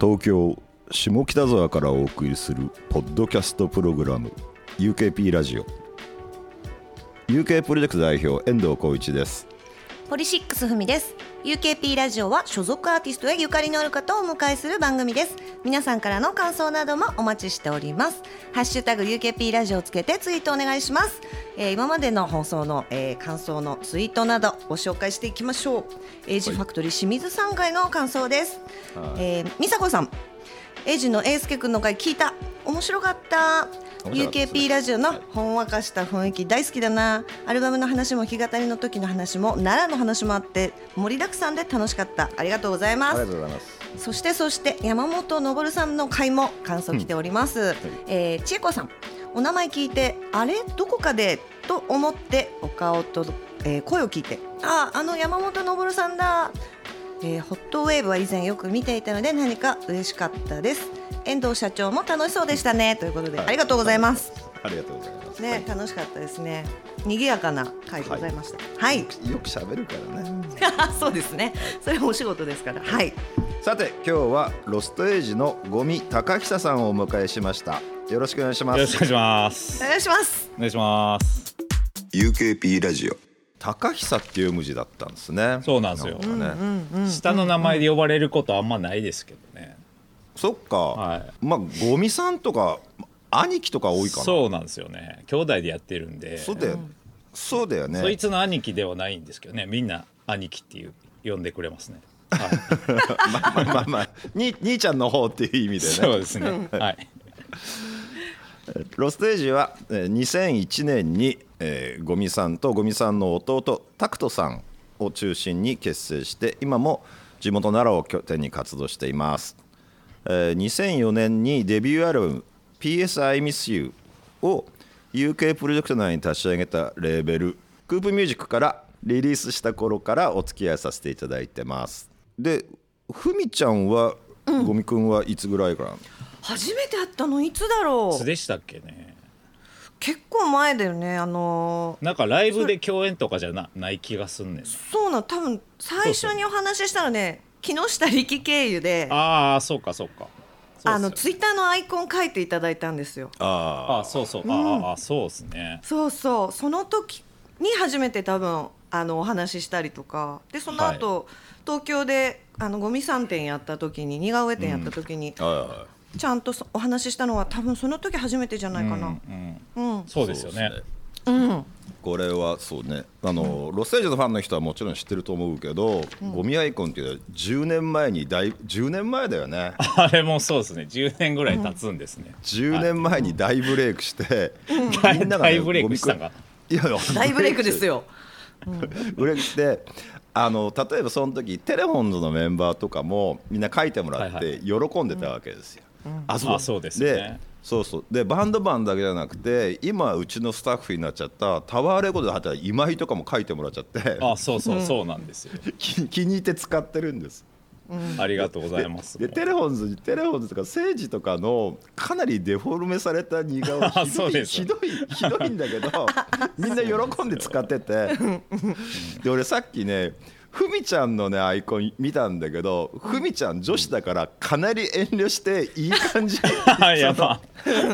東京下北沢からお送りするポッドキャストプログラム UKP ラジオ UK プロジェクト代表遠藤浩一ですポリシックスふみです UKP ラジオは所属アーティストやゆかりのある方をお迎えする番組です皆さんからの感想などもお待ちしておりますハッシュタグ UKP ラジオをつけてツイートお願いします、えー今までの放送の、えー感想のツイートなどご紹介していきましょうエイジファクトリー清水さん会の感想です、はいえー、美佐子さんエイジの英介くんの会聞いた面白かった面白かったですね UKP ラジオのほんわかした雰囲気大好きだなアルバムの話も弾き語りの時の話も奈良の話もあって盛りだくさんで楽しかったありがとうございあまりがすとうございますそしてそして山本昇さんの会も感想来ております、えー千恵子さんお名前聞いてあれどこかでと思ってお顔と、えー声を聞いてあああの山本昇さんだ、えーホットウェーブは以前よく見ていたので何か嬉しかったです遠藤社長も楽しそうでしたねということではいありがとうございます、ありがとうございますね楽しかったですね賑やかな会でございま したは、はいい、よく喋るからねそうですねそれもお仕事ですからはいさて今日はロストエイジのゴミ高久さんをお迎えしましたよろしくお願いしまよろしすくお願いしますお。願いしますお願いします。 UKP ラジオ高久っていう無字だったんですねそうなんですよかね下の名前で呼ばれることあんまないですけどね。そっか、はいまあゴミさんとか兄貴とか多いかなそうなんですよね。兄弟でやってるんで。そうだよ、そうだよねそいつの兄貴ではないんですけどね。みんな兄貴っていう呼んでくれますね。はい、まあまあまあ、まあ、に兄ちゃんの方っていう意味でそうねですね。はい。ロステージはえー2001年に、えーゴミさんとゴミさんの弟タクトさんを中心に結成して今も地元奈良を拠点に活動しています、えー2004年にデビューアルバム「PS I Miss You」を UK プロジェクト内に立ち上げたレーベルクープミュージックからリリースした頃からお付き合いさせていただいてますでふみちゃんは、ゴミくんはいつぐらいからなの初めて会ったのいつだろ素うでしたっけね。結構前だよねあのーなんかライブで共演とかじゃなない気がすんねん。そうなの多分最初にお話ししたのね木下力経由であああ、そうかそうか。そうっすのよツイッターのアイコン書いていただいたんですよああーそうそう。ああ、そうですね。そうそうその時に初めて多分あのお話ししたりとかでその後、東京であのゴミ3店やった時に似顔絵店やった時に、あはいはいちゃんとそお話ししたのは多分その時初めてじゃないかなうん、そうですよね。これはそうねあの、ロスエイジのファンの人はもちろん知ってると思うけど、ゴミアイコンっていうのは10年前にだい10年前だよねあれもそうですね。10年ぐらい経つんですね。 10年前に大ブレイクして、みんなが、大ね、ブレイクしたんゴかミくんいやいや大ブレイクで すよブレイクしてあの例えばその時テレフォンズのメンバーとかもみんな書いてもらっはいはて喜んでたわけですよ。ああそうですよねそうそうでバンドマンだけじゃなくて今うちのスタッフになっちゃったタワーレコードで働いた今井とかも書いてもらっちゃってあ、そうそう、そうなんですよ。気 気に入って使ってるんです。ありがとうございます。でテレフォンズテレフォンズとか政治とかのかなりデフォルメされた似顔 絵ひそどういですひどいひどいんだ けどみんな喜んで使っててで俺さっきねふみちゃんのねアイコン見たんだけどふみちゃん女子だからかなり遠慮していい感じ あいやま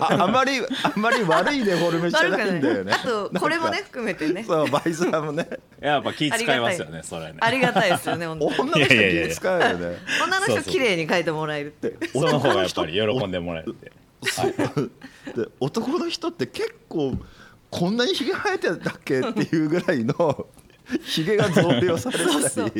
ああまりあまり悪いデフォルメして悪く ないんだよねあとこれもなねんか含めてねそうバイザーもねあ、やっぱ気使いますよありがたね、それね。ありがたいですよ ね本当に女の人いやいやいや気使うよね女のそ人うそう綺麗に描いてもらえる ってその方がやっぱり喜んでもらえるんで。で男の人って結構こんなにひげ生えてたっけっていうぐらいの ひげが増量されてたりそうそう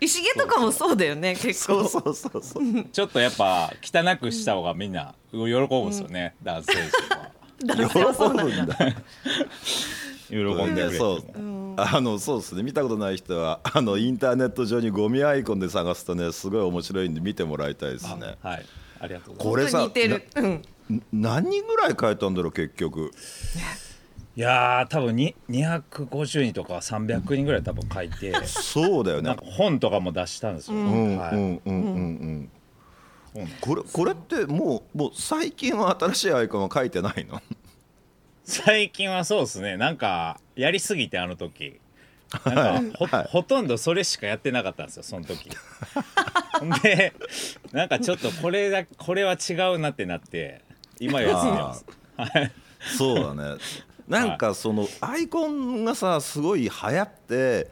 石毛とかもそうだよね結そ構うそうそうそうちょっとやっぱ汚くした方がみんな喜ぶんですよね、男性陣は。男性はそうなん喜ぶんだ喜んでくれてそうも。あのそうですね見たことない人はあのインターネット上にゴミアイコンで探すとねすごい面白いんで見てもらいたいですねはい。ありがとうございます。これさ似てるうんな何人ぐらい変えたんだろう結局いやー、多分に250人とか300人ぐらい多分書 いて、そうだよなねんか本とかも出したんですよ。うんはうんいうんうんうんこれこれってもうもう最近は新しいアイコンは書いてないの最近はそうですねなんかやりすぎてあの時なんかほ,、はいほとんどそれしかやってなかったんですよその時でなんかちょっとこれだこれは違うなってなって今やってますそうだねなんかそのアイコンがさすごい流行って、はい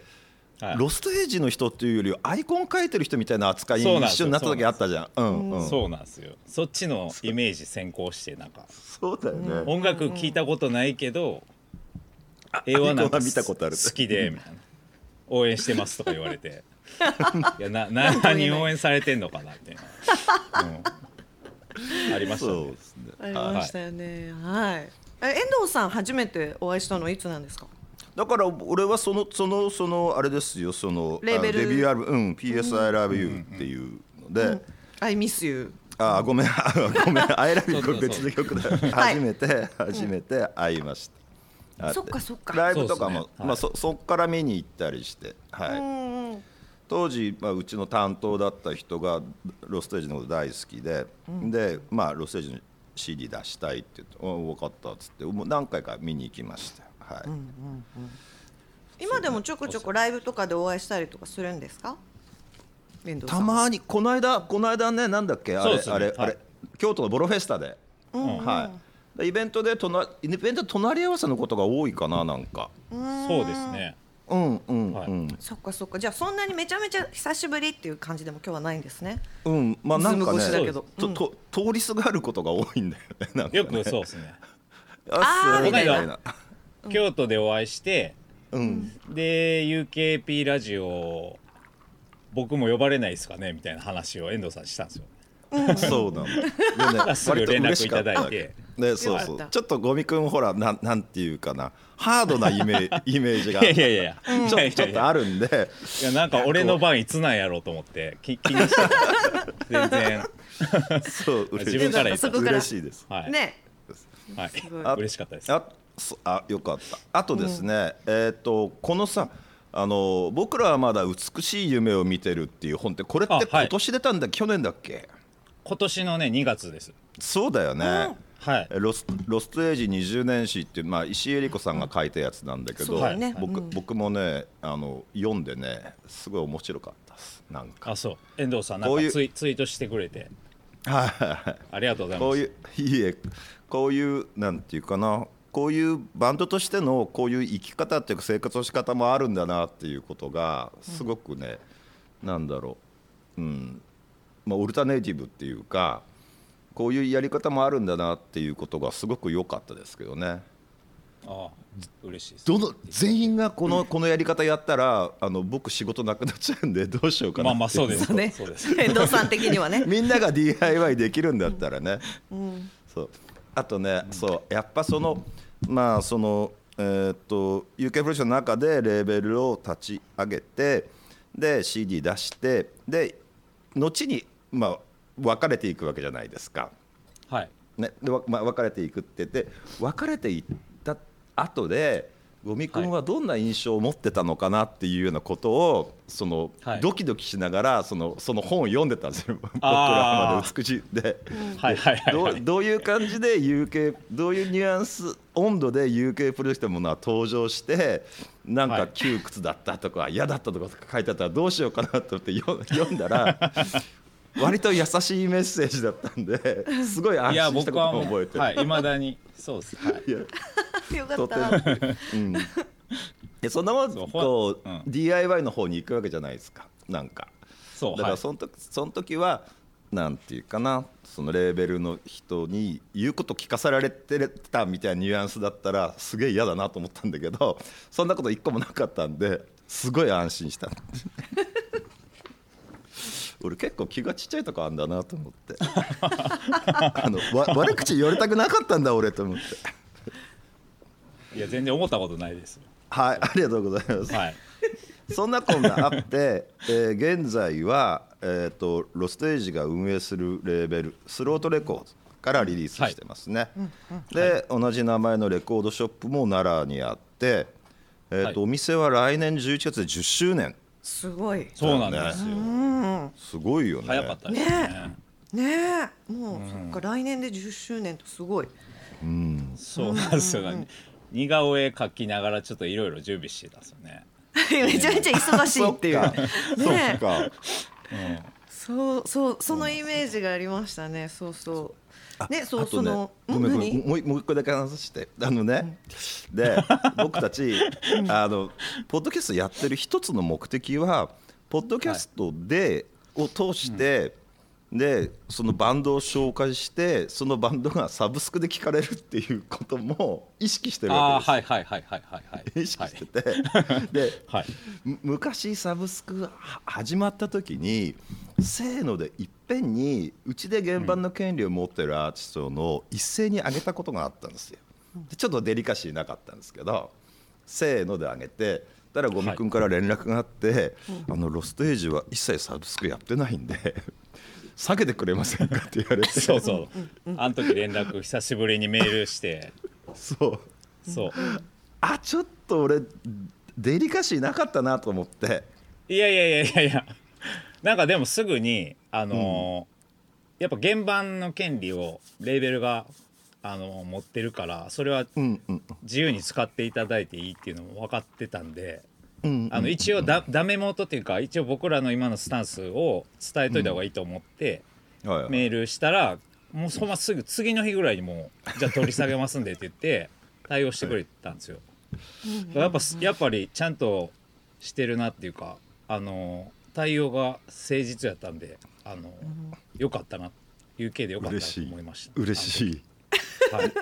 ロストエイジの人っていうよりアイコン描いてる人みたいな扱いそうなん一です緒よになった時あったじゃんうんうんそうなんですよそっちのイメージ先行してなんかそうだよね、音楽聴いたことないけど絵アはイコなんンはか見たことある好きでみたいな応援してますとか言われ ていやなな何応援されてんのかなみたいな、うんありましたそうねですねありましたよね。はい。え遠藤さん初めてお会いしたのはいつなんですか。だから俺はそのそのそのあれですよそのレーベルあのデビューアルバムうん「PSILOVEYOU」っていうので、 I miss you。あごめん ごめん「アイラブユそーうそう別の曲だい初めて初めて会いました、あそっかそっかライブとかそうもっすねまはあ、いそそっから見に行ったりして、はいうんうん。当時、まあ、うちの担当だった人がロステージのこと大好きで、で、まあ、ロステージの CD 出したいって言って「お分かった」っつってもう何回か見に行きましたよはい、今でもちょくちょくライブとかでお会いしたりとかするんですか。遠藤さん。たまにこの間この間ねなんだっけあそうれ、ですねあれ、はいあれ京都のボロフェスタで、んはいでイベントで隣イベントで隣り合わせのことが多いかななんかそうですねうんうんうん、はいそっかそっか。じゃあそんなにめちゃめちゃ久しぶりっていう感じでも今日はないんですね。うんまあなんかズーねム越しだけどとと通りすがることが多いんだよねなんかねよくそうですねああーそうみたいなな京都でお会いしてうんで UKP ラジオ僕も呼ばれないですかねみたいな話を遠藤さんしたんですよそうなの。で ねす割ぐ連絡と嬉しかったいただいてね、そうそよかう。ったちょっとゴミくんほらなんなんていうかな、ハードなイメ イメージがいやいやいやいやちょちょっとあるんで、いやなんか俺の番いつなんやろうと思ってき気にして た全然そう嬉しい自分から言ったそこから嬉しいです。はい、ね。はいごいあ嬉しかったですあそあよかったあとですね、えっ、とこのさあの僕らはまだ美しい夢を見てるっていう本ってこれっあてはい今年出たんだ、去年だっけ今年のね2月ですそうだよね、はいロスロストエイジ20年史っていう、まあ、石井恵理子さんが書いたやつなんだけそうど、だよね僕僕もねあの読んでねすごい面白かったですなんかあそう遠藤さんなんこかういうツイツイートしてくれてはいありがとうございますこういういいえこういうなんていうかなこういうバンドとしてのこういう生き方っていうか生活の仕方もあるんだなっていうことがすごくね、なんだろう、うんまあ、オルタネイティブっていうかこういうやり方もあるんだなっていうことがすごく良かったですけどね。あ嬉しいですどの全員がこのこのやり方やったらあの僕仕事なくなっちゃうんで どうしようかなまあまあっていそうですねそうです。 遠藤さん的にはね。 みんなが DIY できるんだったら ね、そうあとね、そうやっぱそのまあそのえーっと UK プロジェクトの中でレーベルを立ち上げてで CD 出してで後にまあ分かれていくわけじゃないですか。はいねでわまあ、別れていくってで別れていった後で五味君はどんな印象を持ってたのかなっていうようなことを、そのはいドキドキしながらそのその本を読んでたんですよ「僕らあーはまだ美しい」で。はいはいはい どはういどういう感じで UK どういうニュアンス温度で UK プロジェクトのものは登場してなんはかい窮屈だったとか嫌だったとか書いてあったらどうしようか なと思って読読んだら割と優しいメッセージだったん ですごい安いや心したこ僕とはもも覚えてうる。はい未だにそうですはいいやよかとってた。も、うん、でそんなもんそうこう、ほんうん DIY の方に行くわけじゃないですかなんか。そだうかはいらその時,、その時はなんていうかなそのレーベルの人に言うこと聞かされてたみたいなニュアンスだったらすげえ嫌だなと思ったんだけどそんなこと一個もなかったんですごい安心 した俺結構気がちっちゃいとこあんだなと思ってあのわ悪口言われたくなかったんだ俺と思っていや全然思ったことないですよはいありがとうございます、はいそんなこんなあって、 えー現在は、えー、とロステージが運営するレーベルスロートレコーズからリリースしてますね、で、同じ名前のレコードショップも奈良にあって、えーとはいお店は来年11月で10周年すごい。そうなんですよすごいよね早かったですねねえ。もうそっか来年で10周年とすごい。 そうなんですよね似顔絵描きながらちょっといろいろ準備してたんですよねめちゃめちゃ忙しいっていうそっかそっかそうそうそのイメージがありましたねそうそうねそうあとそのごめんごめ何んもうもう一個だけ話してあのね、で僕たちあのポッドキャストやってる一つの目的はポッドキャストで、を通して、でそのバンドを紹介してそのバンドがサブスクで聴かれるっていうことも意識してるあわあけはいはいはいはいはいはでいす、意識してて、ではいむ昔サブスクがは始まった時にせーのでいっぺんにうちで原版の権利を持ってるアーティストの一斉に上げたことがあったんですよ。でちょっとデリカシーなかったんですけどせーので上げてたらゴミくんから連絡があって、あのロステージは一切サブスクやってないんで 下げてくれませんかって言われて そうそうあの時連絡久しぶりにメールしてそうそうあちょっと俺デリカシーなかったなと思っていやいやいやいやいやなんかでもすぐにあのーやっぱ原版の権利をレーベルがあのー持ってるからそれはうんうん自由に使っていただいていいっていうのも分かってたんでうんあの一応だダメ元っていうか一応僕らの今のスタンスを伝えといた方がいいと思ってはいはいメールしたらもうそのまますぐ次の日ぐらいにもうじゃあ取り下げますんでって言って 対応してくれたんですよ。やっぱやっぱりちゃんとしてるなっていうかあの対応が誠実やったんであのよかったな UK でよかったな嬉としい思いました。嬉しいあ のはい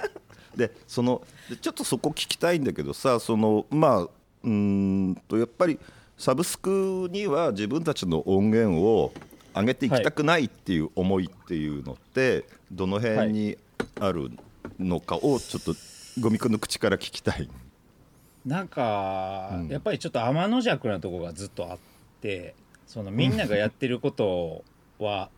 でそのでちょっとそこ聞きたいんだけどさそのまあうーんとやっぱりサブスクには自分たちの音源を上げていきたくないっていう思いっていうのってどの辺にあるのかをちょっとゴミくんの口から聞きたい。なんか、うんやっぱりちょっと天の弱なとこがずっとあってそのみんながやってることは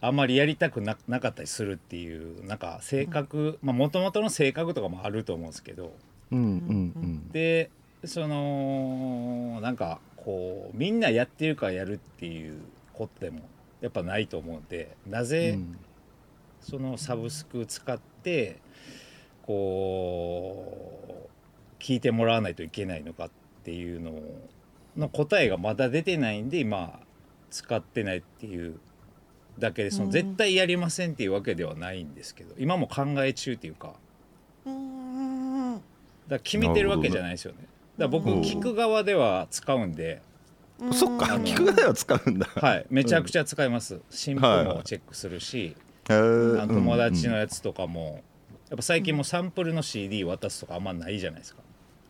あんまりやりたくななかったりするっていうなんか性格もともとの性格とかもあると思うんですけどうんうんでそのなんかこうみんなやってるからやるっていうことでもやっぱないと思うんでなうぜ、んそのサブスク使ってこう聞いてもらわないといけないのかっていうのの答えがまだ出てないんで今使ってないっていうだけでその絶対やりませんっていうわけではないんですけど今も考え中っていうかだかうーんうんら決めてるわけじゃないですよね。だから僕うん聞く側では使うんで、そっかあの聞く側は使うんだ。はい、めちゃくちゃ使います。新聞もチェックするし、へーあの友達のやつとかも、やっぱ最近もうサンプルの CD 渡すとかあんまないじゃないですか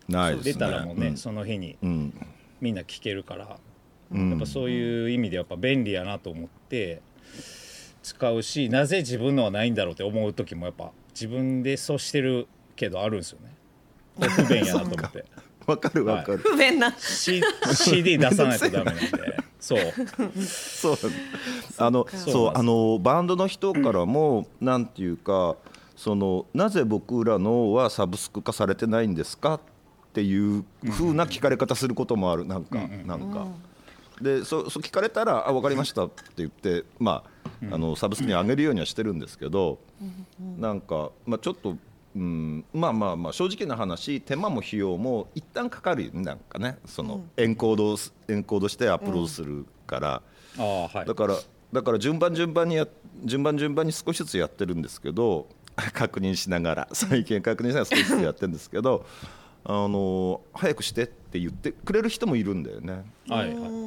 ないですね出たらもうね、うんその日にうんみんな聞けるから、うんやっぱそういう意味でやっぱ便利やなと思って使うしなぜ自分のはないんだろうって思う時もやっぱ自分でそうしてるけどあるんですよねこれ不便やなと 思ってわかるわかる。不便な C CD 出さないとダメなんでそうそうあのそうそうんなですあのバンドの人からも、なんていうかそのなぜ僕らのはサブスク化されてないんですかっていう風な聞かれ方することもあるなんか、なんか。でそそう聞かれたら「あ分かりました」って言って、まあ、あのサブスクに上げるようにはしてるんですけど、なんか、まあ、ちょっと、うん、まあまあまあ正直な話手間も費用も一旦かかるよねなんかねそのエンコードをすエンコードしてアップロードするから、ああはいだからだから順番順番にや順番順番に少しずつやってるんですけど 確認しながら 最近確認しながら少しずつやってるんですけどあの早くしてって言ってくれる人もいるんだよね。はいはい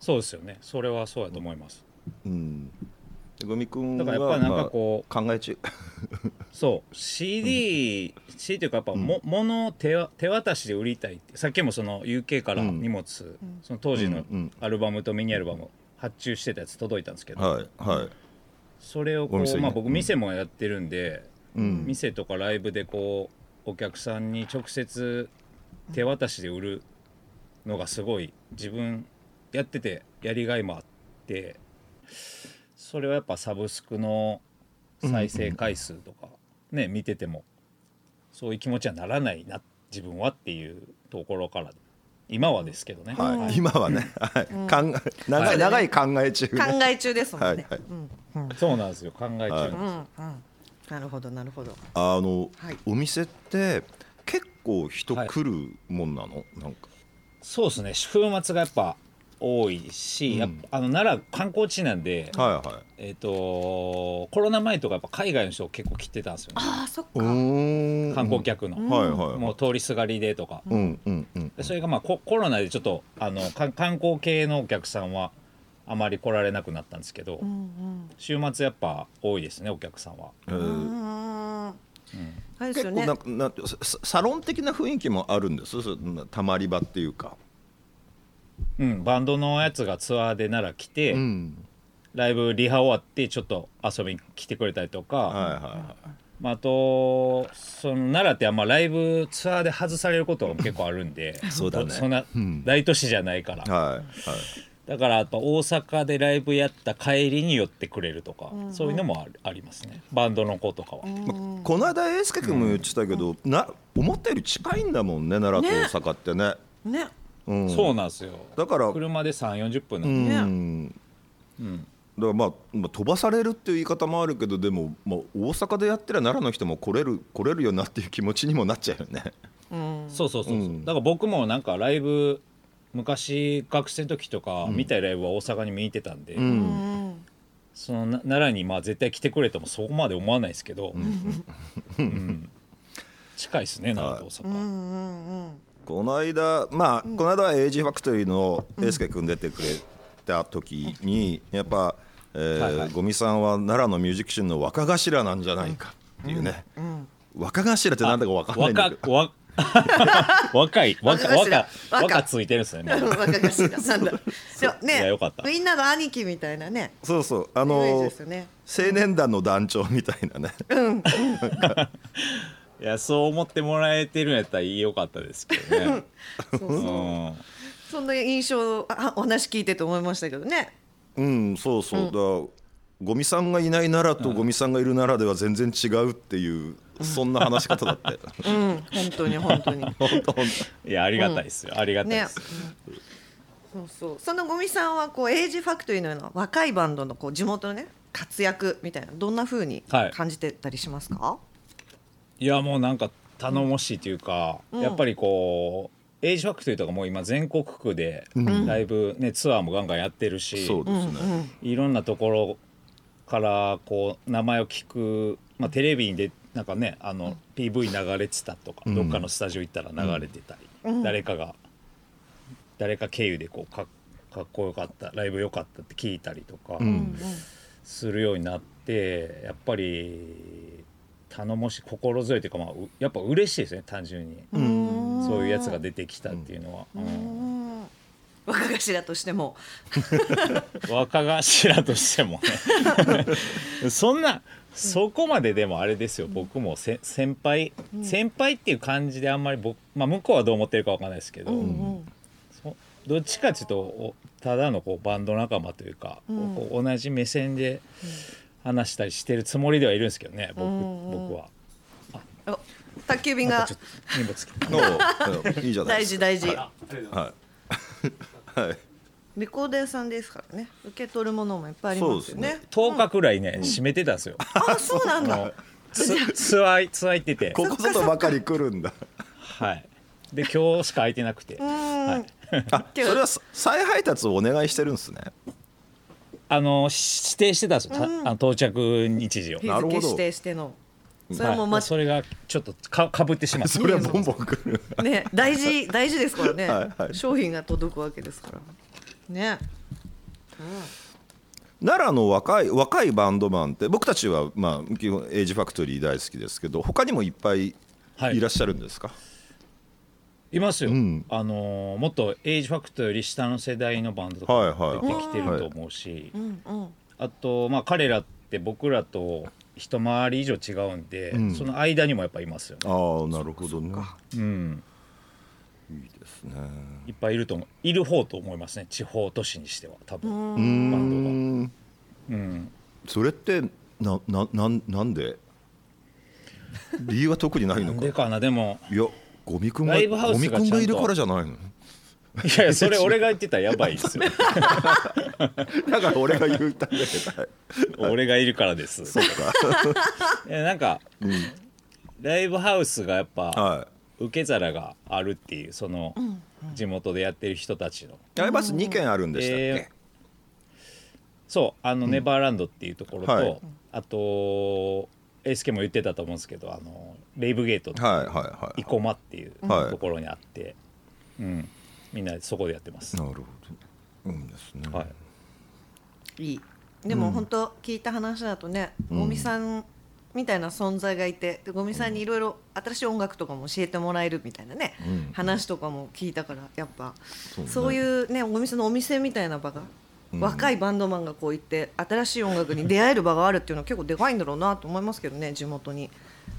そうですよねそれはそうやと思います、うん、でゴミ君だはからやっぱりなんかこまあ考え中そう CD、CD というかやっぱも、物を手わ手渡しで売りたいってさっきもその UK からうん荷物、その当時のうんうんアルバムとミニアルバム発注してたやつ届いたんですけど、はいはいそれをこおう、店にねまあ、僕店もやってるんで、うん店とかライブでこうお客さんに直接手渡しで売るのがすごい自分やっててやりがいもあってそれはやっぱサブスクの再生回数とかね見ててもそういう気持ちはならないな自分はっていうところから今はですけどね、はい、今はね、はい、かん長い長い考え中、ね、考え中ですもんね、はいはいうんそうなんですよ考え中、はいうんうんなるほどなるほどあの、はいお店って結構人はい来るもんなの、なんかそうですね週末がやっぱ多いし、うんやっぱあの奈良観光地なんで、はいはいえっ、とコロナ前とかやっぱ海外の人結構来てたんですよねああそっか、うん観光客の、はいはいもう通りすがりでとか、うんうんうんでそれがまあココロナでちょっとあのか観光系のお客さんはあまり来られなくなったんですけど、うんうん週末やっぱ多いですねお客さんはえうーんあれで結すよ構ねなんかなんてササロン的な雰囲気もあるんですそんなたまり場っていうかうんバンドのやつがツアーで奈良来て、うんライブリハ終わってちょっと遊びに来てくれたりとか、はいはいはまあ、あとその奈良ってあんまライブツアーで外されることが結構あるんで そうだねそんなうん大都市じゃないから、いはいはいだからやっぱ大阪でライブやった帰りに寄ってくれるとか、そういうのもあるありますねバンドの子とかは、まあこの間英介君も言ってたけど、な思ったより近いんだもんね奈良と大阪ってねねうん、そうなんですよだから車で3 4 0分なうんで、んうんだからまあ、まあ、飛ばされるっていう言い方もあるけどでも、まあ、大阪でやってりゃ奈良の人も来れる来れるよなっていう気持ちにもなっちゃうよね。うんそうそうそうそう、うんだから僕もなんかライブ昔学生の時とか見たいライブは大阪に見に行ってたんで、うんうんそのな奈良にまあ絶対来てくれともそこまで思わないですけど、うん近いですね奈良と大うんう阪、んうんこの間まあ、この間はエイジファクトリーの英介君出てくれた時に、やっぱ、えーはいはいゴミさんは奈良のミュージックシーンの若頭なんじゃないかっていうね、若頭ってなんだか分かんないんだけど若わ 若い若若頭若若若ついてるんですねもう若頭さんだ。でもいやねよかった、みんなの兄貴みたいなね。そうそうあイメージのですよね。青年団の団長みたいなね。いやそう思ってもらえてるんやったらよかったですけどね、 そうそう。うん、そんな印象あお話聞いてて思いましたけどね。うん、そうそう、だゴミさんがいない奈良とゴミさんがいる奈良では全然違うっていう、そんな話し方だって。うん、本当に本 当に。本当本いやありがたいですよ、ありがたいねです、。そうそう。そのゴミさんはこうエイジファクトリーのような若いバンドのこう地元のね活躍みたいなどんな風にはい感じてたりしますか？いやもうなんか頼もしいというか、んやっぱりこうエイジファクトリーとかもう今全国区でライブ、ねツアーもガンガンやって当るしそうですね。いろんなところからこう名前を聞く、まあ、テレビにでなんかねあの PV 流れてたとか、どっかのスタジオ行ったら流れてたり、誰かが誰か経由でこうかかっこよかったライブよかったって聞いたりとか。うん、するようになってやっぱり頼もしい心強いというか、まあ、うやっぱ嬉しいですね単純に、そういうやつが出てきたっていうのは、うん若頭としても。若頭としても ねそんなそこまででもあれですよ僕もせ先輩先輩っていう感じであんまり僕、まあ、向こうはどう思ってるかわかんないですけど、そどっちかっていうとおただのこうバンド仲間というか、こう同じ目線で話したりしてるつもりではいるんですけどね僕,、僕は。お宅急便なんがかちょっと荷物来たの、うんいいじゃない大です事大事。か。はい。 レコード屋さんですからね受け取るものもいっぱいありますよね。 10日くらいね、閉めてたんですよ。あそうなんあだの。ツ ツアーツアー行ってて、ここぞとばかり来るんだ。はい。で今日しか空いてなくて、はい、あ、それはさ再配達をお願いしてるんですね。あのし指定してたんですよ。たあの到着日時を。日なるほ付ど指定しての。それはもうはいまそれがちょっとかかぶってしまったそ。れはボンボン来る。ね、大事大事ですからね、はいはい商品が届くわけですからね奈良の若い若いバンドマンって僕たちはまあ基本エイジファクトリー大好きですけど、他にもいっぱいはいいらっしゃるんですか。いますよ。うんあのもっとエイジファクトより下の世代のバンドとはいはいか出てきてると思うし、あとまあ彼らって僕らと一回り以上違うんで、んその間にもやっぱいますよね。ああ、なるほどね。うん。いいですね。いっぱいいると思ういる方と思いますね地方都市にしては多分うーバンん。ドがうんそれってなななんなんで理由は特にないなのんかでかなでもいやゴミくんがライブハウゴスミがくんがいるからじゃないのいやいやそれ俺が言ってたらやばい ですよだから俺が言ったんだけど俺がいるからですそっ いやなんか、ライブハウスがやっかぱは受け皿があるっていうその、地元でやってる人たちの八重バス2軒あるんでしたっけ、えそうあの、ネバーランドっていうところと、はいあと SK も言ってたと思うんですけどあのレイブゲートっていうはいはいはい生駒っていうはいところにあって、うん、みんなそこでやってます、なるほどうんですね、はい、いいでも本当聞いた話だとね、うんゴミさんみたいな存在がいてでゴミさんにいろいろ新しい音楽とかも教えてもらえるみたいなね、うん話とかも聞いたからやっぱそうねそういうねゴミさんのお店みたいな場が、うん若いバンドマンがこう行って新しい音楽に出会える場があるっていうのは結構でかいんだろうなと思いますけどね地元に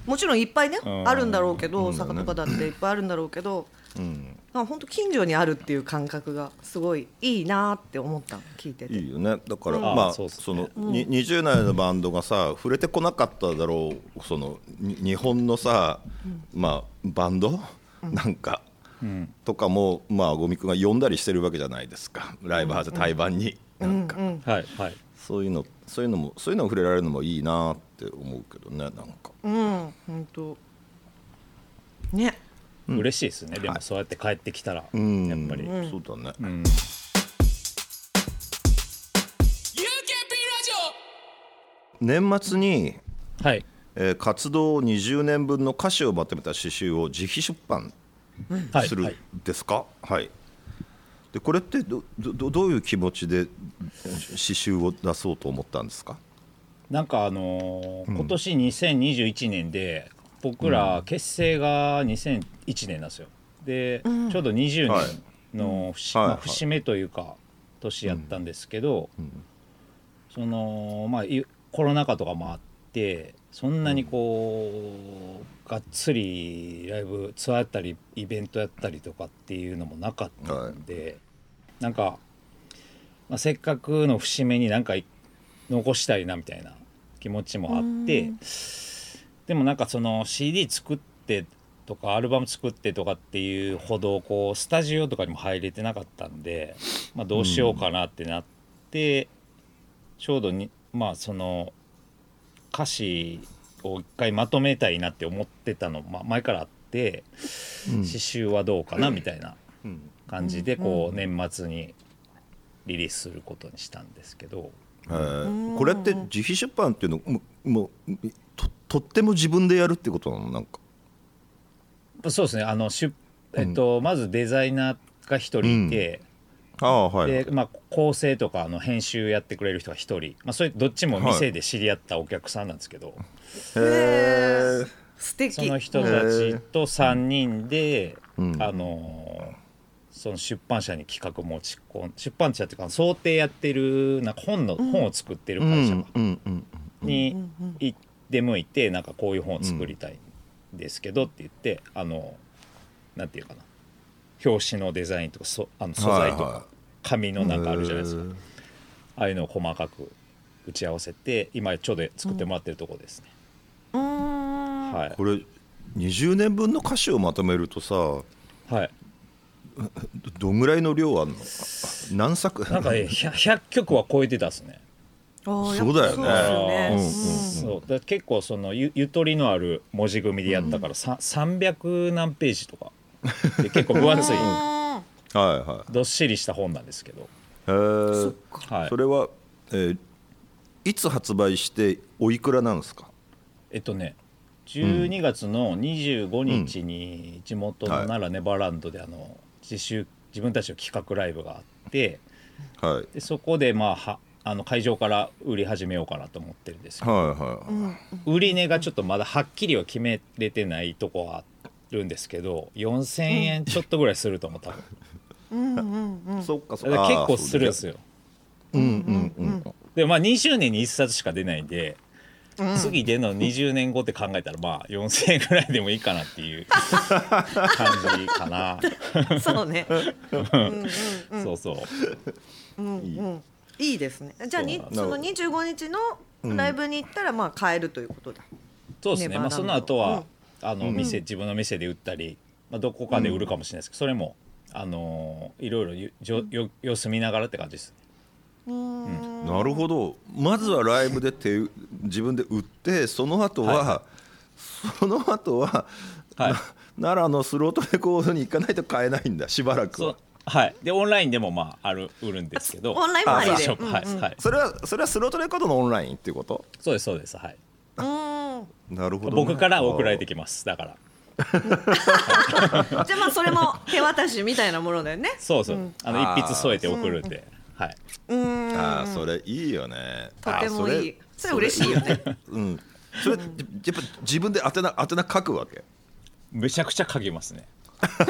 もちろんいっぱいねうんあるんだろうけどうん坂とかだっていっぱいあるんだろうけどうんなんか本当近所にあるっていう感覚がすごいいいなって思った聞いてて。いいよねだから、うんまああそそうっすねの、に20代のバンドがさ触れてこなかっただろうそのに日本のさ、まあバンド、なんかうん、とかもまあゴミくんが呼んだりしてるわけじゃないですかライブハウス対バンに、なんか、はいはいそういうのそういうのもそういうのを触れられるのもいいなって思うけどねなんかうん、本当。ね、嬉しいですね、でもそうやって帰ってきたら、うんやっぱり、そうだね、うん、年末に、はいえー活動20年分の歌詞をまとめた詩集を自費出版はいするはいんですか、はいでこれってどどどういう気持ちで詩集を出そうと思ったんですかなんかあのー今年2021年で僕ら結成が2001年なんですよで、ちょうど20はい年の節,、はいまあはい節目というか年やったんですけど、そのまあいコロナ禍とかもあってそんなにこう、がっつりライブツアーやったりイベントやったりとかっていうのもなかったんで、なんか、まあ、せっかくの節目になんか残したいなみたいな気持ちもあってでもなんかその CD 作ってとかアルバム作ってとかっていうほどこうスタジオとかにも入れてなかったんで、まあ、どうしようかなってなって、ちょうどにまあその歌詞を一回まとめたいなって思ってたの、まあ、前からあって刺繍はどうかなみたいな感じでこう年末にリリースすることにしたんですけど。えーこれって自費出版っていうのももうととっても自分でやるってことなのなんかそうですねあの出、えっとまずデザイナーが一人いて、ああはいでまあ、構成とかあの編集やってくれる人が一人、まあ、それどっちも店で知り合ったお客さんなんですけど、え素そ敵。の人たちと3人で、あのーその出版社に企画持ち込ん出版社っていうか想定やってるなんか本の、本を作ってる会社がうんうんに行って向いてなんかこういう本を作りたいんですけどって言って、あのなんていうかな表紙のデザインとかそあの素材とはいはいか紙のなんかあるじゃないですか、えーああいうのを細かく打ち合わせて今ちょうど作ってもらってるところですね、はいこれ20年分の歌詞をまとめるとさどはいどんぐらいの量あんの何作なんかね 100, 100曲は超えてたっすねああそうだよねやっぱそううんですよねそうだから結構そのゆゆとりのある文字組みでやったから、さ300何ページとかで結構分厚いはいはいどっしりした本なんですけど、へーそはい、れは、えーいつ発売しておいくらなんですかえっとね12月の25日に地元の奈良ネバーランドであの自習自分たちの企画ライブがあってはいでそこでまあはあの会場から売り始めようかなと思ってるんですけどはいはい、売り値がちょっとまだはっきりは決めれてないとこはあるんですけど4000円ちょっとぐらいすると思う多分そっかそだっからか結構するんですよよでまあ20年に1冊しか出ないんで次出るの20年後って考えたらまあ4000円ぐらいでもいいかなっていう感じかなうんそうね。そうそういいですね。じゃあにそうそなるほのど25日のライブに行ったらまあ買えるということだ。そうですねまネバーランあドその後はあの店自分の店で売ったりまあどこかで売るかもしれないですけどそれもあのーいろいろゆじょよ様子見ながらって感じですなるほどまずはライブで手自分で売ってその後は、その後は、はいな奈良のスロートレコードに行かないと買えないんだしばらくそうははいでオンラインでもまあある売るんですけどオンラインもありであショップはい、うんうんはいそれはそれはスロートレコードのオンラインっていうことそうですそうですはいうんなるほどね、僕から送られてきますだからじゃあまあそれも手渡しみたいなものだよねそうそう、あのあー一筆添えて送るんで、はいうんああそれいいよねとてもいいあそれ嬉しいよねうんそれやっぱ自分で宛名宛名書くわけめちゃくちゃ書きますね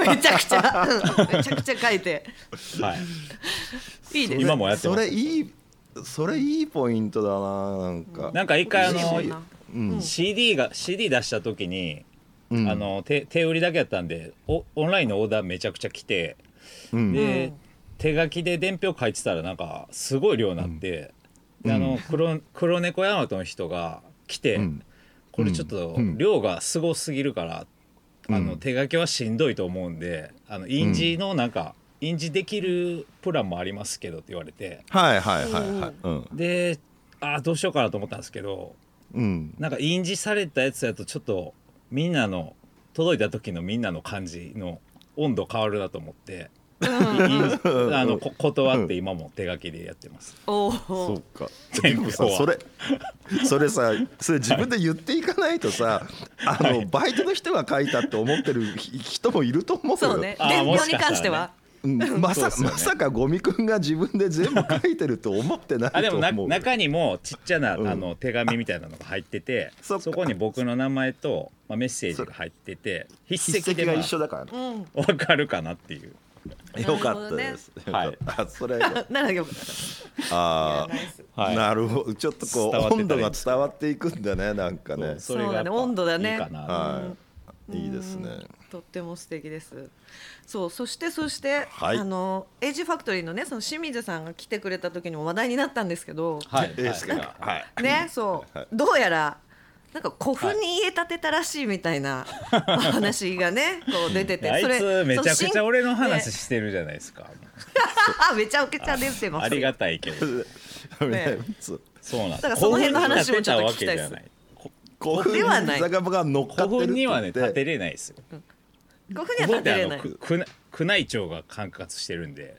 めちゃくちゃうんめちゃくちゃ書いて はいいいです今もやってそますれいいそれいいポイントだななんかなんか一回あの嬉しいな CD が CD 出した時に、うんあの手手売りだけやったんでおオンラインのオーダーめちゃくちゃ来て、うんで、手書きで伝票書いてたらなんかすごい量になって、であの黒黒猫ヤマトの人が来て、んこれちょっと量がすごすぎるから、あの手書きはしんどいと思うんであの印字のなんか、印字できるプランもありますけどって言われてはいはいはいはいうんでああどうしようかなと思ったんですけどうんなんか印字されたやつやとちょっとみんなの届いた時のみんなの感じの温度変わるなと思って、いいあのこ 断って今も手書きでやってます。おそおうかで天候はもさそれそれさそれ自分で言っていかないと さ、あのバイトの人が書いたって思ってるひ人もいると思うよそうねあー伝も票しにか関ししたらねてはうんまさそうっすよねまさかゴミくんが自分で全部書いてると思ってないあでともな思う中にもちっちゃな、うんあの手紙みたいなのが入っててそっそかこに僕の名前と、まあ、メッセージが入ってて筆筆跡跡で、がま一緒あ、だからねうん分かるかなっていうよかったです、よなかるっほたあそれならよかったあナイスー、はいなるほどちょっとこ伝わってうたらいい温度が伝わっていくんだねなんかねそうれがやそうだっぱね温度だねいいかなはい、いいですねとっても素敵ですそうそしてそして、はいあのエイジファクトリーのねその清水さんが来てくれた時にも話題になったんですけど、はいいいですかはいはいねそう、どうやらなんか古墳に家建てたらしいみたいなお話がねこう出てて あいつめちゃくちゃ俺の話ししてるじゃないですか、めちゃくちゃ出てますありがたいけどね そうそうなんですだからその辺の話もちょっと聞きたいです古古墳に建てわけじゃない墳にではないザガバが乗っかってる古墳にはねって言建っててれないですよ古墳に古墳は建っててあれのないくくな宮内庁が管轄してるんで、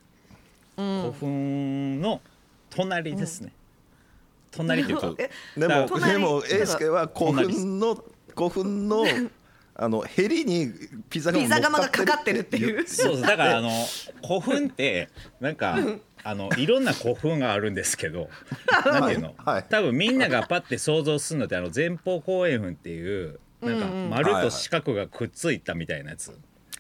古墳の隣ですね、隣っていうかえでだもか隣でもだから英介は古墳の古墳のあのヘリにピザピザが乗窯がかかってるってういうそうそうだからあの古墳ってなんかあのいろんな古墳があるんです けどなんていうの、はい多分みんながパッて想像するのってあの前方後円墳っていうなんか丸と四角がくっついたみたいなやつ、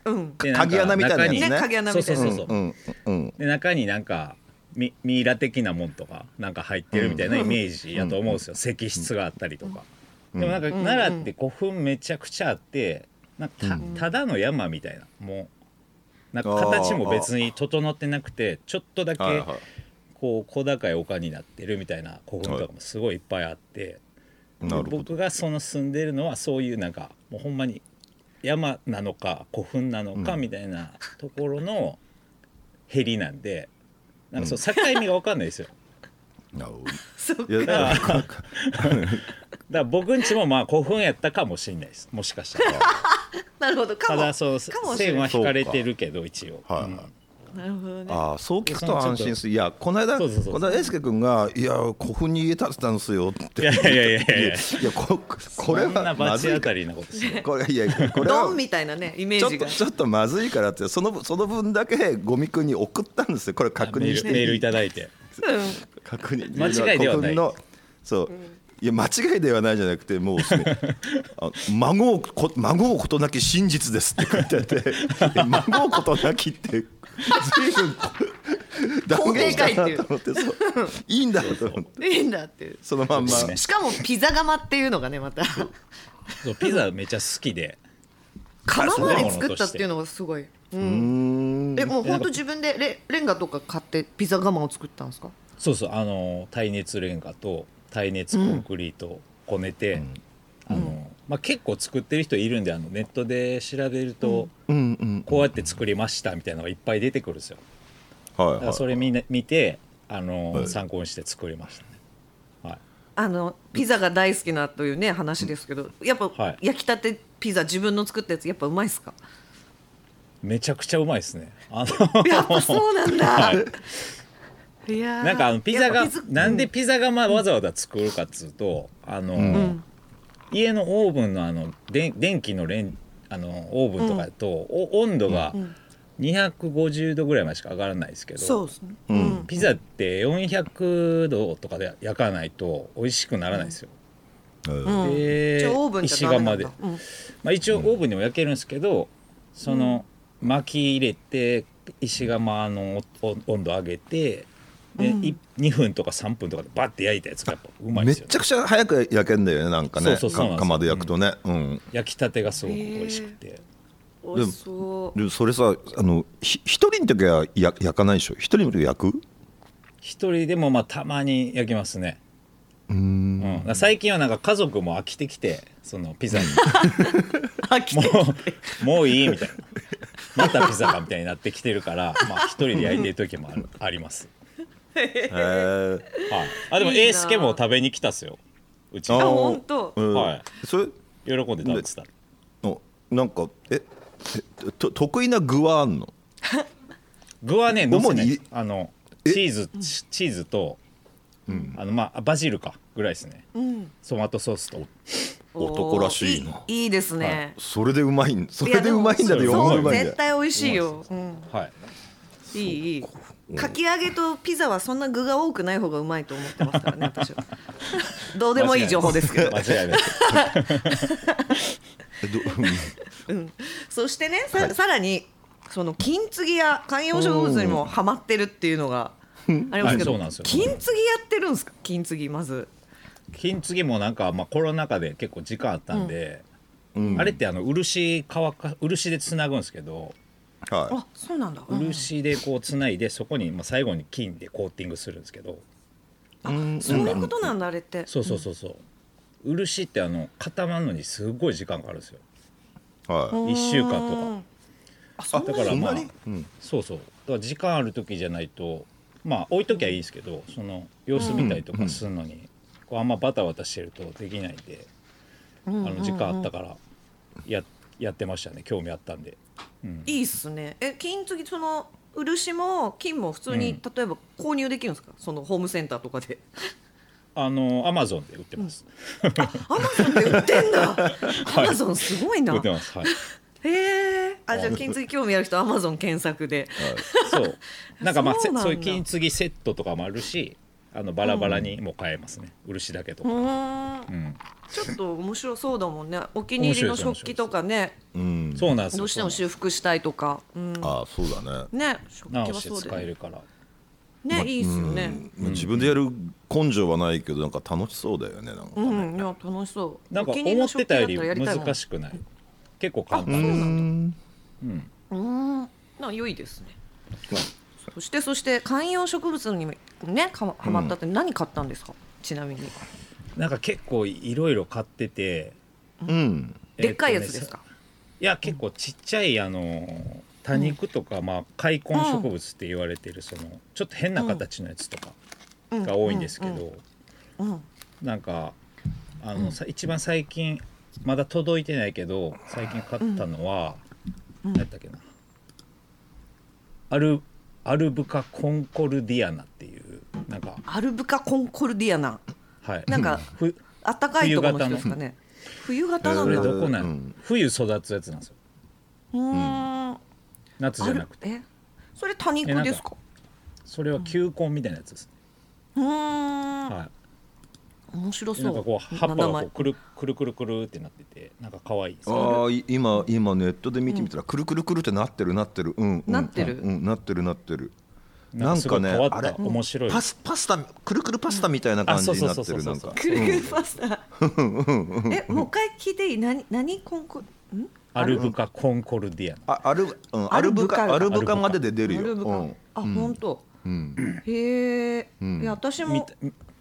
うんでなんか鍵穴みたいなやつねね鍵穴みたいなそうそうそうそうう、んうんで中になんかミミイラ的なもんとかなんか入ってるみたいなイメージやと思うんですよ、石室があったりとか、でもなんか奈良って古墳めちゃくちゃあってなんかたただの山みたいなもうなんか形も別に整ってなくてちょっとだけはいはいこう小高い丘になってるみたいな古墳とかもすごいいっぱいあって、なるほど僕がその住んでるのはそういうなんかもうほんまに山なのか古墳なのかみたいなところのへりなんで、なんかその境目が分かんないですよなるほそうどいやだからだから僕んちもまあ古墳やったかもしれないですもしかした らなるほどかたもだそのかもしれ線ないは引かれてるけど一応、はいはいうんなるほどねああそう聞くと安心するいやこの間そうそうそうそうこの間英介君が「いや古墳に家建てたんですよ」っていやいやいやいやいやいやここれそんなはま罰ずい当かたりなことしてこれいやこれはドンみたいなねイメちょーっジとがちょっとまずいからってそのその分だけゴミくんに送ったんですよこれ確メ認ーしルてメールいただいて確認間違いではな古墳いのそう、いや間違いではないじゃなくてもうそのあ孫をこ孫をことなき真実ですって書いてあ って孫をことなきって随分こ断言したなと思ってそういいんだと思ってうんいいんだっていうそのまんまそうですねしかもピザ窯っていうのがねまたそうピザめっちゃ好きで窯まで作ったっていうのがすごい、うん、うんえもう本当自分でレレンガとか買ってピザ窯を作ったんですかそうそうあの耐熱レンガと耐熱コンクリートをこねて、あのまあ、結構作ってる人いるんであのネットで調べると、うんうんこうやって作りましたみたいなのがいっぱい出てくるんですよはいだかはらいそれみんな見てあの、はい参考にして作りましたね、はい、あのピザが大好きなというね話ですけどやっぱはい焼きたてピザ自分の作ったやつやっぱうまいっ すかめちゃくちゃうまいですねあのやっぱそうなんだ、はいい、やーなんかあのピザやがっぱピザなんでピザがまあわざわざ作るかっつうとあの、ん家のオーブンのあので電気のレンあのオーブンとかだと、お温度が250度ぐらいまでしか上がらないですけど、そうですねうんうんピザって400度とかで焼かないと美味しくならないですよ。うんでじゃあオーブンじ石ゃダメな窯んでだ、、うんまあ、一応オーブンでも焼けるんですけど、その巻き入れて石窯のお温度上げてで、い2分とか3分とかでバッて焼いたやつがやっぱうまめいでっすよ、ちゃくちゃ早く焼けんだよねなんかねそうそうそうかなんですよ釜で焼くとね、うん焼きたてがすごく美味しくて美味しそうでそれさあのひ一人の時はや焼かないでしょ一人の時焼く一人でもまあたまに焼きますねうんうん、だから最近はなんか家族も飽きてきてそのピザ にもうもういいみたいなまたピザかみたいになってきてるからまあ一人で焼いてる時もあるあります、へえはい、あでもいいなあエースケも食べに来たっすようちにあ本当はいそれ喜んで食べてたのなんかええと得意な具はあんの具はねのせな主にいあのえチーズチチーズと、あのまあバジルかぐらいですね、トマトソースと男らしいないいいですね、それでうまいんそいやれででうもまいんだでよそほうどそううまいんだ絶よ対美味しいよ、うん、はいいいいいかき揚げとピザはそんな具が多くない方がうまいと思ってますか らね私はどうでもいい情報ですけど間違いないですえどそしてねさ,、さらにその金継ぎや観葉植物にもハマってるっていうのがありますけど、はいそうなんですよ金継ぎやってるんですか金継ぎまず金継ぎもなんか、まあ、コロナ禍で結構時間あったんで、あれってあの漆乾か漆でつなぐんですけどはあそうなんだ、うん漆でこうつないでそこに、まあ、最後に金でコーティングするんですけどそういうことなんだあれってそうそうそうそう、漆ってあの固まるのにすごい時間かかるんですよいは1週間とか。あそんなだからそんなまあにうんそうそうだから時間ある時じゃないとまあ置いときゃいいんですけどその様子見たりとかするのに、こうあんまバタバタしてるとできないんで、あの時間あったからややってましたね興味あったんでいいっすねえ金継ぎその漆も金も普通に、例えば購入できるんですかそのホームセンターとかで あのアマゾンで売ってます、アマゾンで売ってんだアマゾンすごいな売ってますはいへえあじゃあ金継ぎ興味ある人アマゾン検索で そうなんかまあそうせなんだそういう金継ぎセットとかもあるしあのバラバラにもう買えますね、漆だけとか、うーんうんちょっと面白そうだもんねお気に入りの食器とかねうんそうなんですよどうしてもそ修う復したいとか、うん、あそうだねね食器なんはです直そうしてだ使えよるからねねいいっすよねまあ自分でやる根性はないけどなんか楽しそうだよねなんかうねんいや楽しそうなんかお気に入り思のっ食て器だたっよたりらやりたいもん難しくない結構簡あそう単なんだうんうん、な良いですね。そしてそして観葉植物にもねかまハマったって何買ったんですか、ちなみになんか結構いろいろ買ってて、うんでっかいやえつーとねですか、いや結構ちっちゃいあの多肉とか、まあ開根植物って言われてるそのちょっと変な形のやつとかが多いんですけど、うんなんかあの、さ一番最近まだ届いてないけど最近買ったのは、何やったっけなアルアルブカコンコルディアナっていうなんかアルブカコンコルディアナはいなんかふあったかいところの人ですかね冬型なこんれだ、うどこなん、うん冬育つやつなんですよーん、夏じあゃるなくてえそれ多肉ですかそれは球根みたいなやつですね、うーんはい面白でなそんかうこう葉っぱが名こ前うくるくるくるくるってなっててなんか可愛いですねああい今今ネットで見てみたら、くるくるくるってなってるなってるうんうんなってるうん、なってるなってるななんんかすごかいね変わったあれ面白いパスパスタくるくるパスタみたいな感じになってうんあるそなうそうんそかうくそうそうるくるパスタえもう一回聞いていい何何コンコんアルブカコンコルディアナあアルうんアアルルブブカカアルブカまでで出るアよルブカうんあ本当、うんへえ、んいや私みも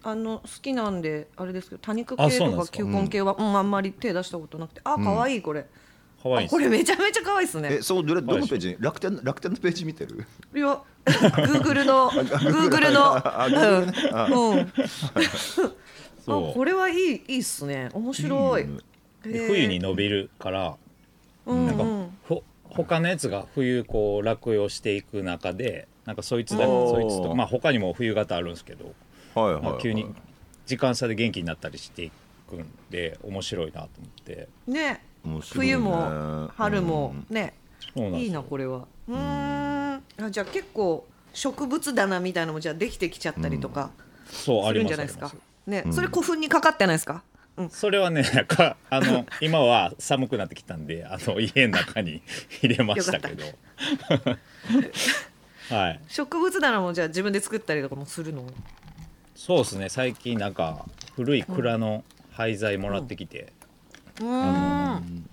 たあの好きなんであれですけど多肉あ系そうとなんでかすか球根系は、うんあんまり手出したことなくてあ可愛いこれ、可愛いあですこれめちゃめちゃ可愛いですねえそうどれどのページ楽天楽天のページ見てるいや Google の Google のあうん、うん、そうこれはいいいいっすね面白い、うんへでー冬に伸びるからうんなんかうんほ他のやつが冬こう落葉していく中でなんかそいつだけおーそいつとまあ他にも冬型あるんですけど、はいはい、まはあ、い、急に時間差で元気になったりしていくんで面白いなと思ってね面白いね冬も春もね、そうなんですいいなこれはうーんあじゃあ結構植物棚みたいなのもじゃあできてきちゃったりとかそうあすりるんまじすゃないですあかりますね、それ古墳にかかってないですか、うん、それはね かあの今は寒くなってきたんであの家の中に 入れましたけどはい植物棚もじゃあ自分で作ったりとかもするのそうですね最近なんか古い蔵の廃材もらってきて、うーん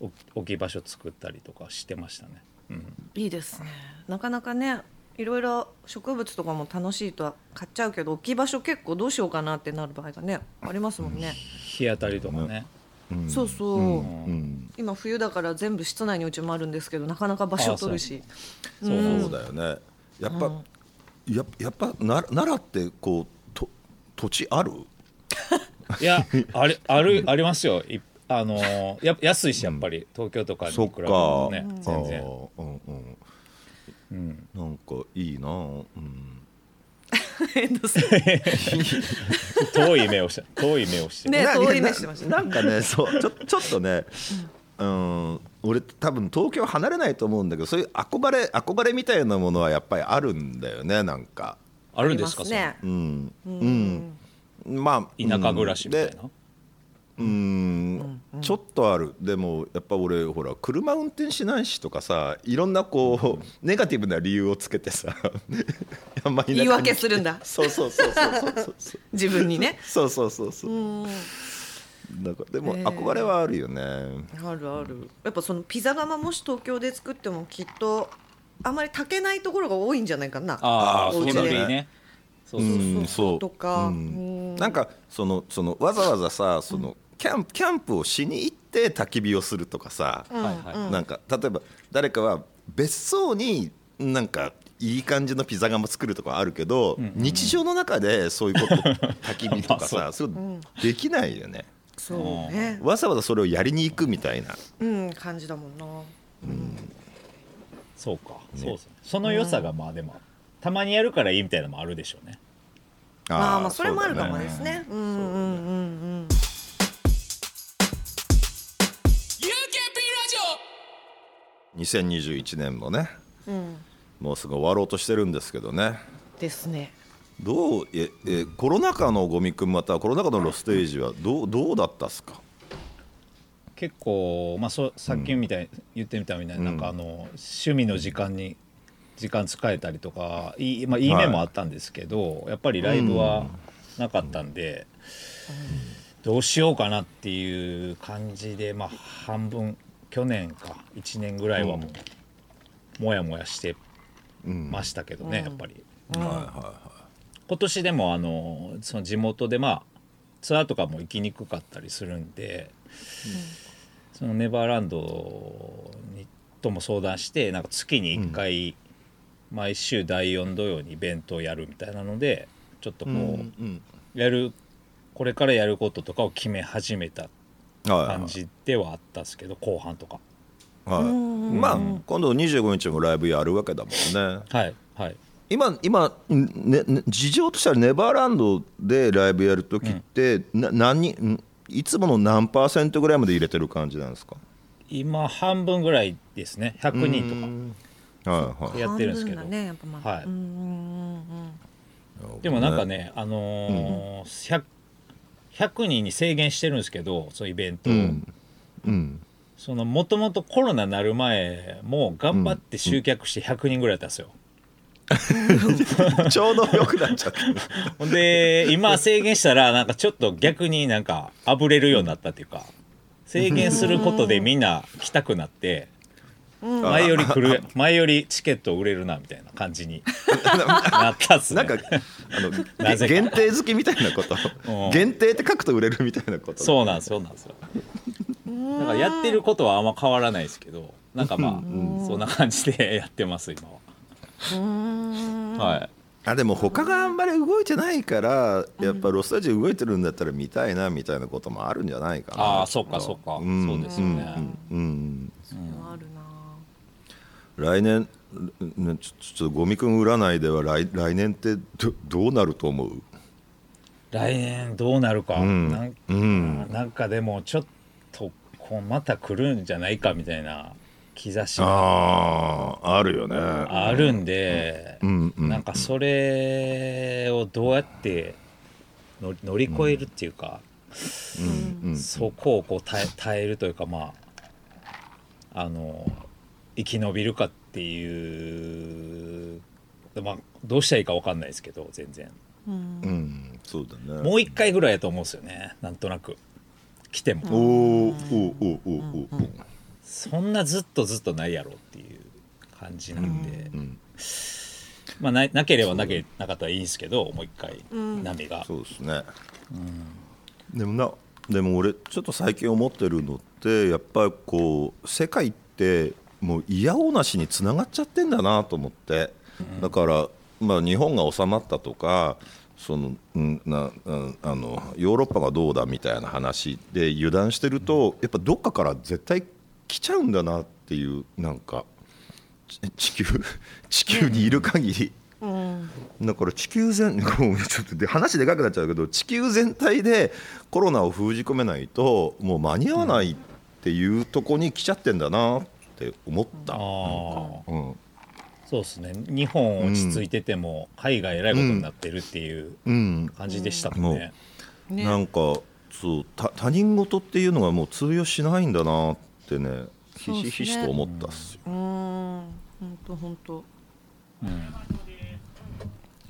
お置き場所作ったりとかしてましたね、うん、いいですねなかなかねいろいろ植物とかも楽しいとは買っちゃうけど置き場所結構どうしようかなってなる場合がねありますもんね、日当たりとかね、そうそう、うん今冬だから全部室内にうちもあるんですけどなかなか場所取るしそう なんでそすうだよねやっぱ、ややっぱな奈良ってこうと土地あるいや、あれ、ある、ありますよ。いあのー、や、安いし、やっぱり、東京とかに比そべってか、もね、あ全然。ーうんうんなんかいいな、うん、遠い目をした、遠い目をして。ねな遠い目してましたななんかねそうちょちょっとねうん俺多分東京離れないと思うんだけどそういう憧れ憧れみたいなものはやっぱりあるんだよねなんかあるんですか、ありますねうんうん、まあその田舎暮らしみたいでな。うんちょっとあるでもやっぱ俺ほら車運転しないしとかさいろんなこうネガティブな理由をつけてさ あんまり言い訳するんだそうそうそうそうそうそう自分にねそうそうそうそう うんだからでもえー憧れはあるよね、あるあるやっぱそのピザ窯もし東京で作ってもきっとあまり炊けないところが多いんじゃないかなああ、おそう家だでね。そうそう。うんそうとかううんん、なんかそのそのわざわざさそのキャンプキャンプをしに行って焚き火をするとかさ、はいはい。なんか例えば誰かは別荘になんかいい感じのピザ窯作るとかあるけど、日常の中でそういうこと焚き火とかまさそうできないよねそうねわざわざそれをやりに行くみたいなうん感じだもんなそうか。そうですね。その良さが、まあ、でも。たまにやるからいいみたいなのもあるでしょうね。まあーまあそれもあるかそもうだですねうんうんうんうん2021年もね、もうすぐ終わろうとしてるんですけどねですねどうええコロナ禍のゴミくんまたはコロナ禍のロステージはどうどうだったっすか結構、まあ、そさっきみたい、言ってみたみたいになんかあの趣味の時間に時間使えたりとかいい,、まあ、いい面もあったんですけど、やっぱりライブはなかったんで、どうしようかなっていう感じで、まあ、半分去年か1年ぐらいはもう、もやもやしてましたけどね、やっぱり。今年でもあのその地元でまあツアーとかも行きにくかったりするんで、そのネバーランドにとも相談してなんか月に1回、毎週第4土曜にイベントをやるみたいなのでちょっとこう、うんやるこれからやることとかを決め始めた感じではあったんですけど後半とかはい、まあ今度25日もライブやるわけだもんねはいはい今今、ねね事情としてはネバーランドでライブやるときって、な何人んいつもの何パーセントぐらいまで入れてる感じなんですか今半分ぐらいですね100は人いとはかいやってるんですけど、半分だねやっぱまあはいうんうんでもなんかね、あのー 100, 100人に制限してるんですけどそのイベントを、うんうんそのもともとコロナになる前も頑張って集客して100人ぐらいだったんですよ、 ちょうどよくなっちゃったほんで 今制限したらなんかちょっと逆になんかあぶれるようになったっていうか制限することでみんな来たくなって前より来る前よりチケット売れるなみたいな感 じになったっすなねんかあ のなぜか限定好きみたいな ことうん限定って書くと売れるみたいなことそうなんですよそうなんですよだからやってることはあんま変わらないですけどなんかまあそんな感じでやってます今ははいあでも他があんまり動いてないからやっぱロスタジオ動いてるんだったら見たいなみたいなこともあるんじゃないかなああそっかそっか、んそうですよね、うんうんあるな来年ねちょちょっとゴミくん占いでは来来年ってどどうなると思う来年どうなるか、んなんうんなんかでもちょっとこうまた来るんじゃないかみたいな兆しがあああるよねあるんで、んうんなんかそれをどうやっての乗り越えるっていうか、うんそこをこう耐え耐えるというかまああの生き延びるかっていう、まあ、どうしたらいいか分かんないですけど全然うんそうだねもう一回ぐらいやと思うんですよねなんとなく来ても、おおーおーおーおーおーそんなずっとずっとないやろっていう感じなんで、んまあななければなけなかったらいいんですけどもう一回波が、そうですね、でもなでも俺ちょっと最近思ってるのってやっぱりこう世界ってもう嫌おうなしにつながっちゃってんだなと思って、だから、まあ、日本が収まったとかそのうんなうんあのヨーロッパがどうだみたいな話で油断してると、やっぱどっかから絶対来ちゃうんだなっていうなんかち地球地球にいる限り。だから地球全ごめんちょっとで話でかくなっちゃうけど地球全体でコロナを封じ込めないともう間に合わないっていうとこに来ちゃってんだなって思った、あーうんそうですね日本落ち着いてても、海外えらいことになってるっていううん、感じでしたもんね、なんかそうた他人事っていうのがもう通用しないんだなってねひしひしと思ったっすようーん本当本当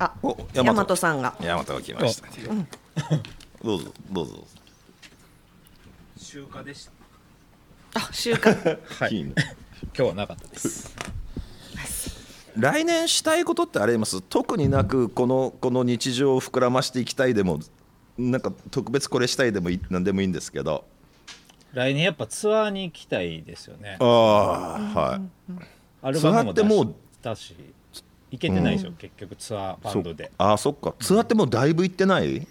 あお大大和さんが大和が来ました、 どうぞどうぞ、集荷でしたあ収 穫いいね今日はなかったです来年したいことってあります特になくこのこの日常を膨らましていきたいでもなんか特別これしたいでもいい何でもいいんですけど来年やっぱツアーに行きたいですよねああはいアルバツアームも出しってもうたし行けてないですよ、結局ツアーバンドでああそっかツアーってもうだいぶ行ってない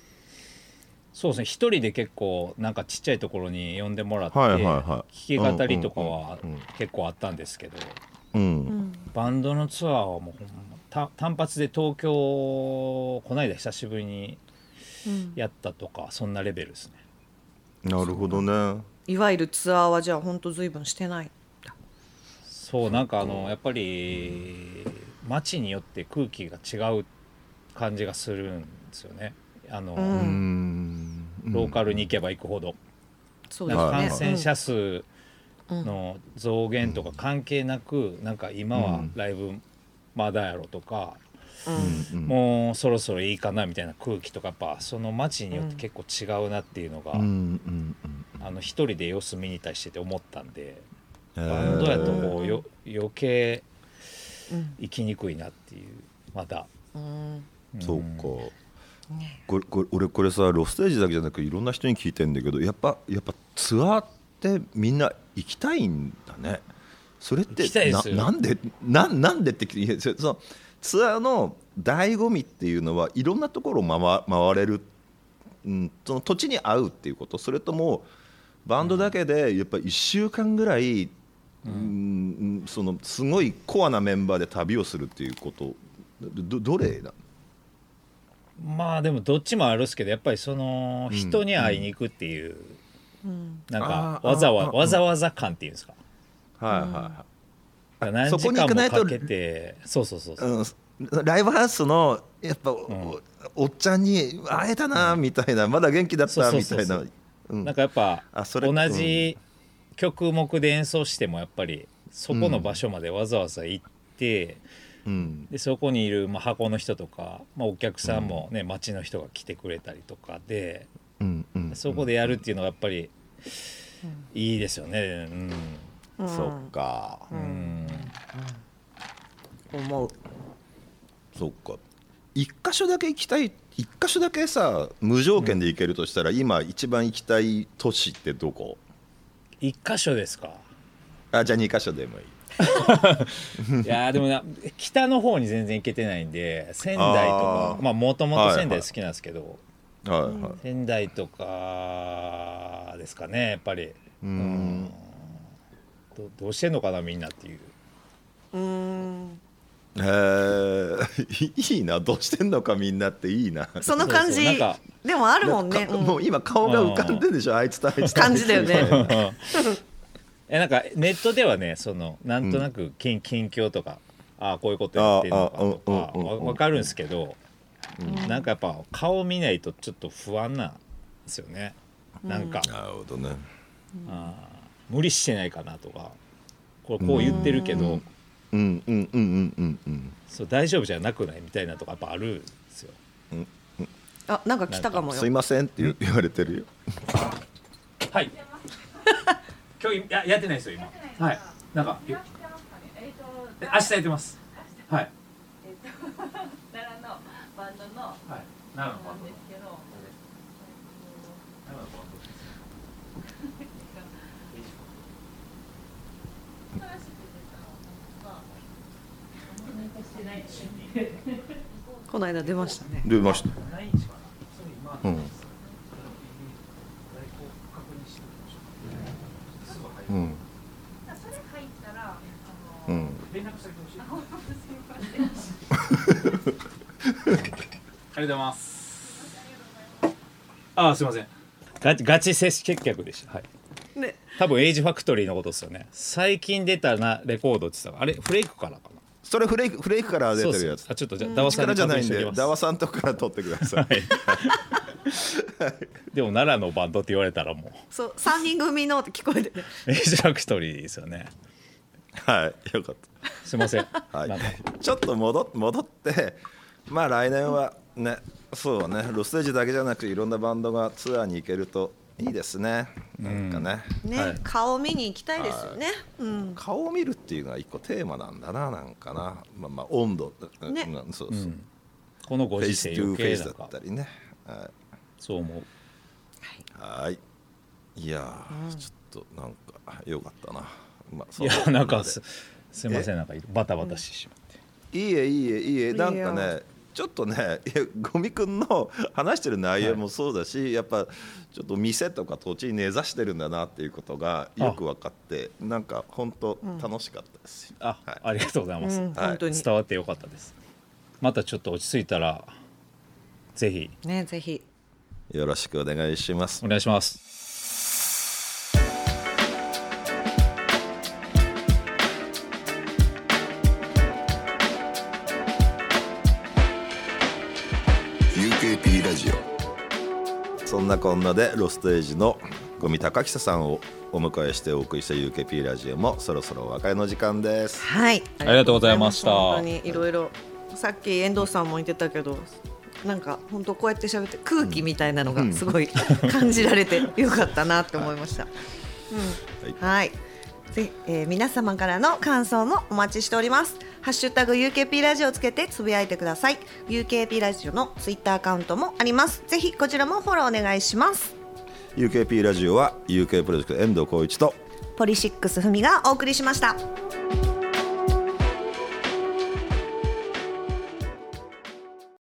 そうですね一人で結構なんかちっちゃいところに呼んでもらって、はいはいはい弾き語りとかは結構あったんですけど、うんバンドのツアーはもうほんまた単発で東京この間久しぶりにやったとか、そんなレベルですねなるほどねいわゆるツアーはじゃあ本当ずいぶんしてないそうなんかあのやっぱり街によって空気が違う感じがするんですよねあの、うんローカルに行けば行くほど、そうなでんすかね感染者数の増減とか関係なく、なんか今はライブまだやろとか、もうそろそろいいかなみたいな空気とかやっぱその街によって結構違うなっていうのが、うんうんあの一人で様子見に対してて思ったんで、バンドやとこうよ余計行きにくいなっていうまだそうか、これこれ俺これさロステージだけじゃなくいろんな人に聞いてんだけどやっぱやっぱツアーってみんな行きたいんだねそれって行きたいですよななんでななんでって聞いやそそのツアーの醍醐味っていうのはいろんなところを回回れる、うん、その土地に合うっていうことそれともバンドだけでやっぱ1週間ぐらい、うん、そのすごいコアなメンバーで旅をするっていうことどどれなまあでもどっちもあるんですけどやっぱりその人に会いに行くっていう、なんかあーわざあわーわざわざ感っていうんですかはいはいはい何そ時こに間行もかないとかけてそうそうそうそう、うん、ライブハウスのやっぱお,、っちゃんに会えたなみたいなまだ元気だっそうたそうみそうたいそなうなんかやっぱあそれ同じ曲目で演奏してもやっぱりそこの場所までわざわざ行って、うんでそこにいる、まあ、箱の人とか、まあ、お客さんもね、街の人が来てくれたりとかでうんうんそこでやるっていうのがやっぱりいいですよねうん、そっかうん、思うそっか一箇所だけ行きたい一箇所だけさ無条件で行けるとしたら、今一番行きたい都市ってどこ一箇所ですかあじゃあ二箇所でもいいいやーでもな北の方に全然行けてないんで仙台とかあーまあもともと仙台好きなんですけど、はいはい仙台とかですかねやっぱりうんどどうしてんのかなみんなっ ていううんへー いいなどうしてんのかみんなっていいなその感そうじそうなんかでもあるもんねかもう今顔が浮かんでるでしょあいつとあいつとあい感つじだ よねいやなんかネットではねそのなんとなく近近況とか、ああこういうことやってるのかとあかーあーうんうんうんうんわわかるんですけど、なんかやっぱ顔見ないとちょっと不安なんですよねなんか、なるほどねあー無理してないかなとかこれこう言ってるけど、うんうんうんうんうんうんそう大丈夫じゃなくないみたいなとかやっぱあるんですよ。あなんか来たかもよすいませんって言う言われてるよはい。 今日いややってないですよ今。はい。なんかよえ明日やってます。はい。はい。奈良のバンドの。奈良のバンド。この間出ましたね出ましたうんうんうんありがとうございます。あーすいません。ガチガチ接客客でした。はい。ね多分エイジファクトリーのことですよね。最近出たなレコードって言ってたからあれフレイクからかな。それフレイクフレイクから出てるやつそうっすあちょっとじゃあダワさん力にじゃ確な認いんしてでおきダまワす。さんとこから取ってくださいでも奈良のバンドって言われたらもそう三人組のって聞こえてねうエイジファクトリーですよね。はいよかっすいません。た、はいなんか、ちょっと戻っ戻ってまあ来年はねそうねロステージだけじゃなくいろんなバンドがツアーに行けるといいですねなんかね、ね、はい顔見に行きたいですよねうん顔を見るっていうのが一個テーマなんだななんかなまあまあ温度、うんねうんそうそう、このごフェ時イス世トゥー余フェ計イスなだんかったりねはいそう思う。はい。いやー、ちょっとなんか良かったな。まあ、そいんやなんこかとすすいませんなんかバタバタしてしまって。でいいえいいえいいえいなんかね。ちょっとね、いやゴミくんの話してる内容もそうだし、やっぱちょっと店とか土地に根ざしてるんだなっていうことがよく分かって、なんか本当楽しかったですよ。あ、はいありがとうございます。うん本当に伝わってよかったです。またちょっと落ち着いたらぜひねぜひよろしくお願いします。お願いします。 UKP ラジオそんなこんなでロストエイジのゴミ高久さんをお迎えしてお送りした UKP ラジオもそろそろお別れの時間です。はいありがとうございました本当にいろいろさっき遠藤さんも言ってたけどなんか本当こうやって喋って空気みたいなのがすごい 感じられてよかったなって思いました、うん、はいぜひ、えー皆様からの感想もお待ちしておりますハッシュタグ UKP ラジオをつけてつぶやいてください UKP ラジオのツイッターアカウントもありますぜひこちらもフォローお願いします UKP ラジオは UK プロジェクト遠藤浩一とポリシックスふみがお送りしました。